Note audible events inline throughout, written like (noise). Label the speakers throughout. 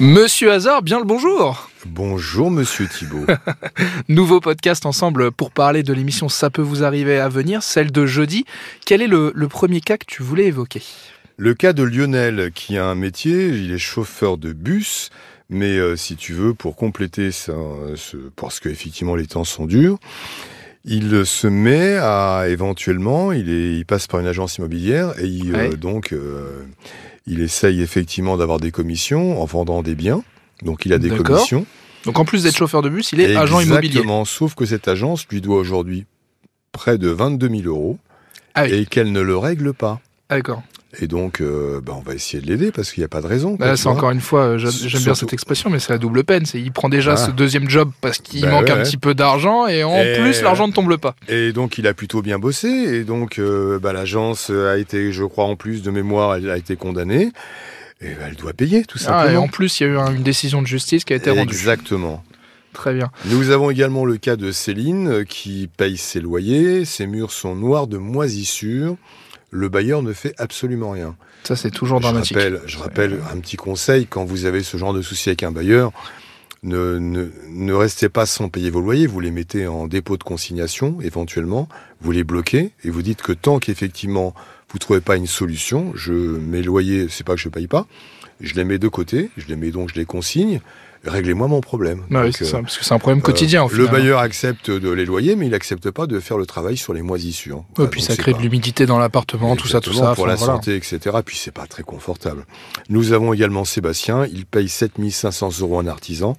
Speaker 1: Monsieur Hazard, bien le bonjour
Speaker 2: Bonjour Monsieur
Speaker 1: (laughs)
Speaker 2: Thibault.
Speaker 1: Nouveau podcast ensemble pour parler de l'émission Ça peut vous arriver à venir, celle de jeudi. Quel est le, le premier cas que tu voulais évoquer
Speaker 2: Le cas de Lionel qui a un métier, il est chauffeur de bus, mais euh, si tu veux, pour compléter ça, euh, ce- parce qu'effectivement les temps sont durs, il se met à éventuellement, il, est, il passe par une agence immobilière et il, euh,
Speaker 1: Ouais.
Speaker 2: donc euh, il essaye effectivement d'avoir des commissions en vendant des biens. Donc il a des
Speaker 1: D'accord.
Speaker 2: commissions.
Speaker 1: Donc en plus d'être chauffeur de bus, il est agent immobilier.
Speaker 2: Exactement, sauf que cette agence lui doit aujourd'hui près de 22 000 euros
Speaker 1: Ah oui.
Speaker 2: et qu'elle ne le règle pas.
Speaker 1: Ah, D'accord.
Speaker 2: Et donc, euh, bah, on va essayer de l'aider parce qu'il n'y a pas de raison. quoi,
Speaker 1: Là,
Speaker 2: tu
Speaker 1: c'est
Speaker 2: vois.
Speaker 1: encore une fois, euh, j'a- j'aime bien
Speaker 2: Surtout-
Speaker 1: cette expression, mais c'est la double peine. C'est il prend déjà
Speaker 2: Ah.
Speaker 1: ce deuxième job parce qu'il
Speaker 2: Bah
Speaker 1: manque
Speaker 2: ouais,
Speaker 1: un
Speaker 2: ouais.
Speaker 1: petit peu d'argent et en
Speaker 2: Et-
Speaker 1: plus l'argent ne tombe pas. Ah,
Speaker 2: Et donc, il a plutôt bien bossé. Et donc, euh, bah, l'agence a été, je crois, en plus de mémoire, elle a été condamnée. Et bah, elle doit payer, tout
Speaker 1: Ah, et
Speaker 2: simplement.
Speaker 1: en plus, il y a eu un- une décision de justice qui a été rendue.
Speaker 2: Exactement.
Speaker 1: Très bien.
Speaker 2: Nous avons également le cas de Céline euh, qui paye ses loyers. Ses murs sont noirs de moisissures. Le bailleur ne fait absolument rien.
Speaker 1: Ça, c'est toujours dramatique.
Speaker 2: Je rappelle, je rappelle un petit conseil, quand vous avez ce genre de souci avec un bailleur, ne, ne, ne restez pas sans payer vos loyers, vous les mettez en dépôt de consignation éventuellement, vous les bloquez et vous dites que tant qu'effectivement vous trouvez pas une solution, je mes loyers, c'est pas que je paye pas, je les mets de côté, je les mets donc je les consigne, réglez-moi mon problème.
Speaker 1: Ah oui,
Speaker 2: Donc,
Speaker 1: c'est
Speaker 2: euh,
Speaker 1: ça, parce que c'est un problème
Speaker 2: euh,
Speaker 1: quotidien. au
Speaker 2: le
Speaker 1: final. hein.
Speaker 2: bailleur accepte de les loyer, mais il n'accepte pas de faire le travail sur les moisissures.
Speaker 1: Et
Speaker 2: Voilà,
Speaker 1: puis
Speaker 2: donc
Speaker 1: ça
Speaker 2: c'est
Speaker 1: crée
Speaker 2: pas-
Speaker 1: de l'humidité dans l'appartement, tout ça, tout
Speaker 2: Exactement,
Speaker 1: ça.
Speaker 2: Pour
Speaker 1: enfin,
Speaker 2: la
Speaker 1: voilà.
Speaker 2: santé, etc. Puis c'est pas très confortable. Nous avons également Sébastien. Il paye 7500 euros en artisan.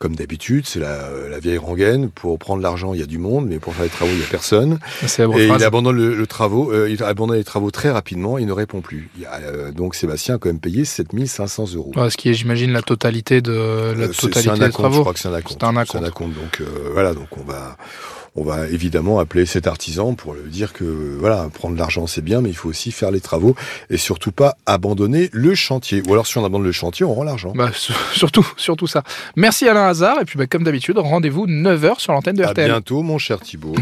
Speaker 2: Comme d'habitude, c'est la, la vieille rengaine. Pour prendre l'argent, il y a du monde, mais pour faire les travaux, il y a personne.
Speaker 1: C'est la bonne
Speaker 2: Et
Speaker 1: phrase.
Speaker 2: il abandonne le, le travaux, euh, il abandonne les travaux très rapidement. Il ne répond plus. Il y a, euh, donc Sébastien a quand même payé 7500 euros.
Speaker 1: Ouais, ce qui est, j'imagine, la totalité de la
Speaker 2: Euh, c'est- c'est
Speaker 1: totalité
Speaker 2: un
Speaker 1: des
Speaker 2: acompte, Je
Speaker 1: travaux.
Speaker 2: crois que c'est un acompte.
Speaker 1: C'est un acompte.
Speaker 2: Donc euh, voilà, donc on va, on va évidemment appeler cet artisan pour lui dire que voilà, prendre l'argent c'est bien, mais il faut aussi faire les travaux et surtout pas abandonner le chantier. Ou alors si on abandonne le chantier, on rend l'argent.
Speaker 1: Bah, (laughs) su- surtout, surtout ça. Merci Alain Hazard. Et puis, bah, comme d'habitude, rendez-vous 9h sur l'antenne de
Speaker 2: à
Speaker 1: RTL.
Speaker 2: bientôt, mon cher Thibault.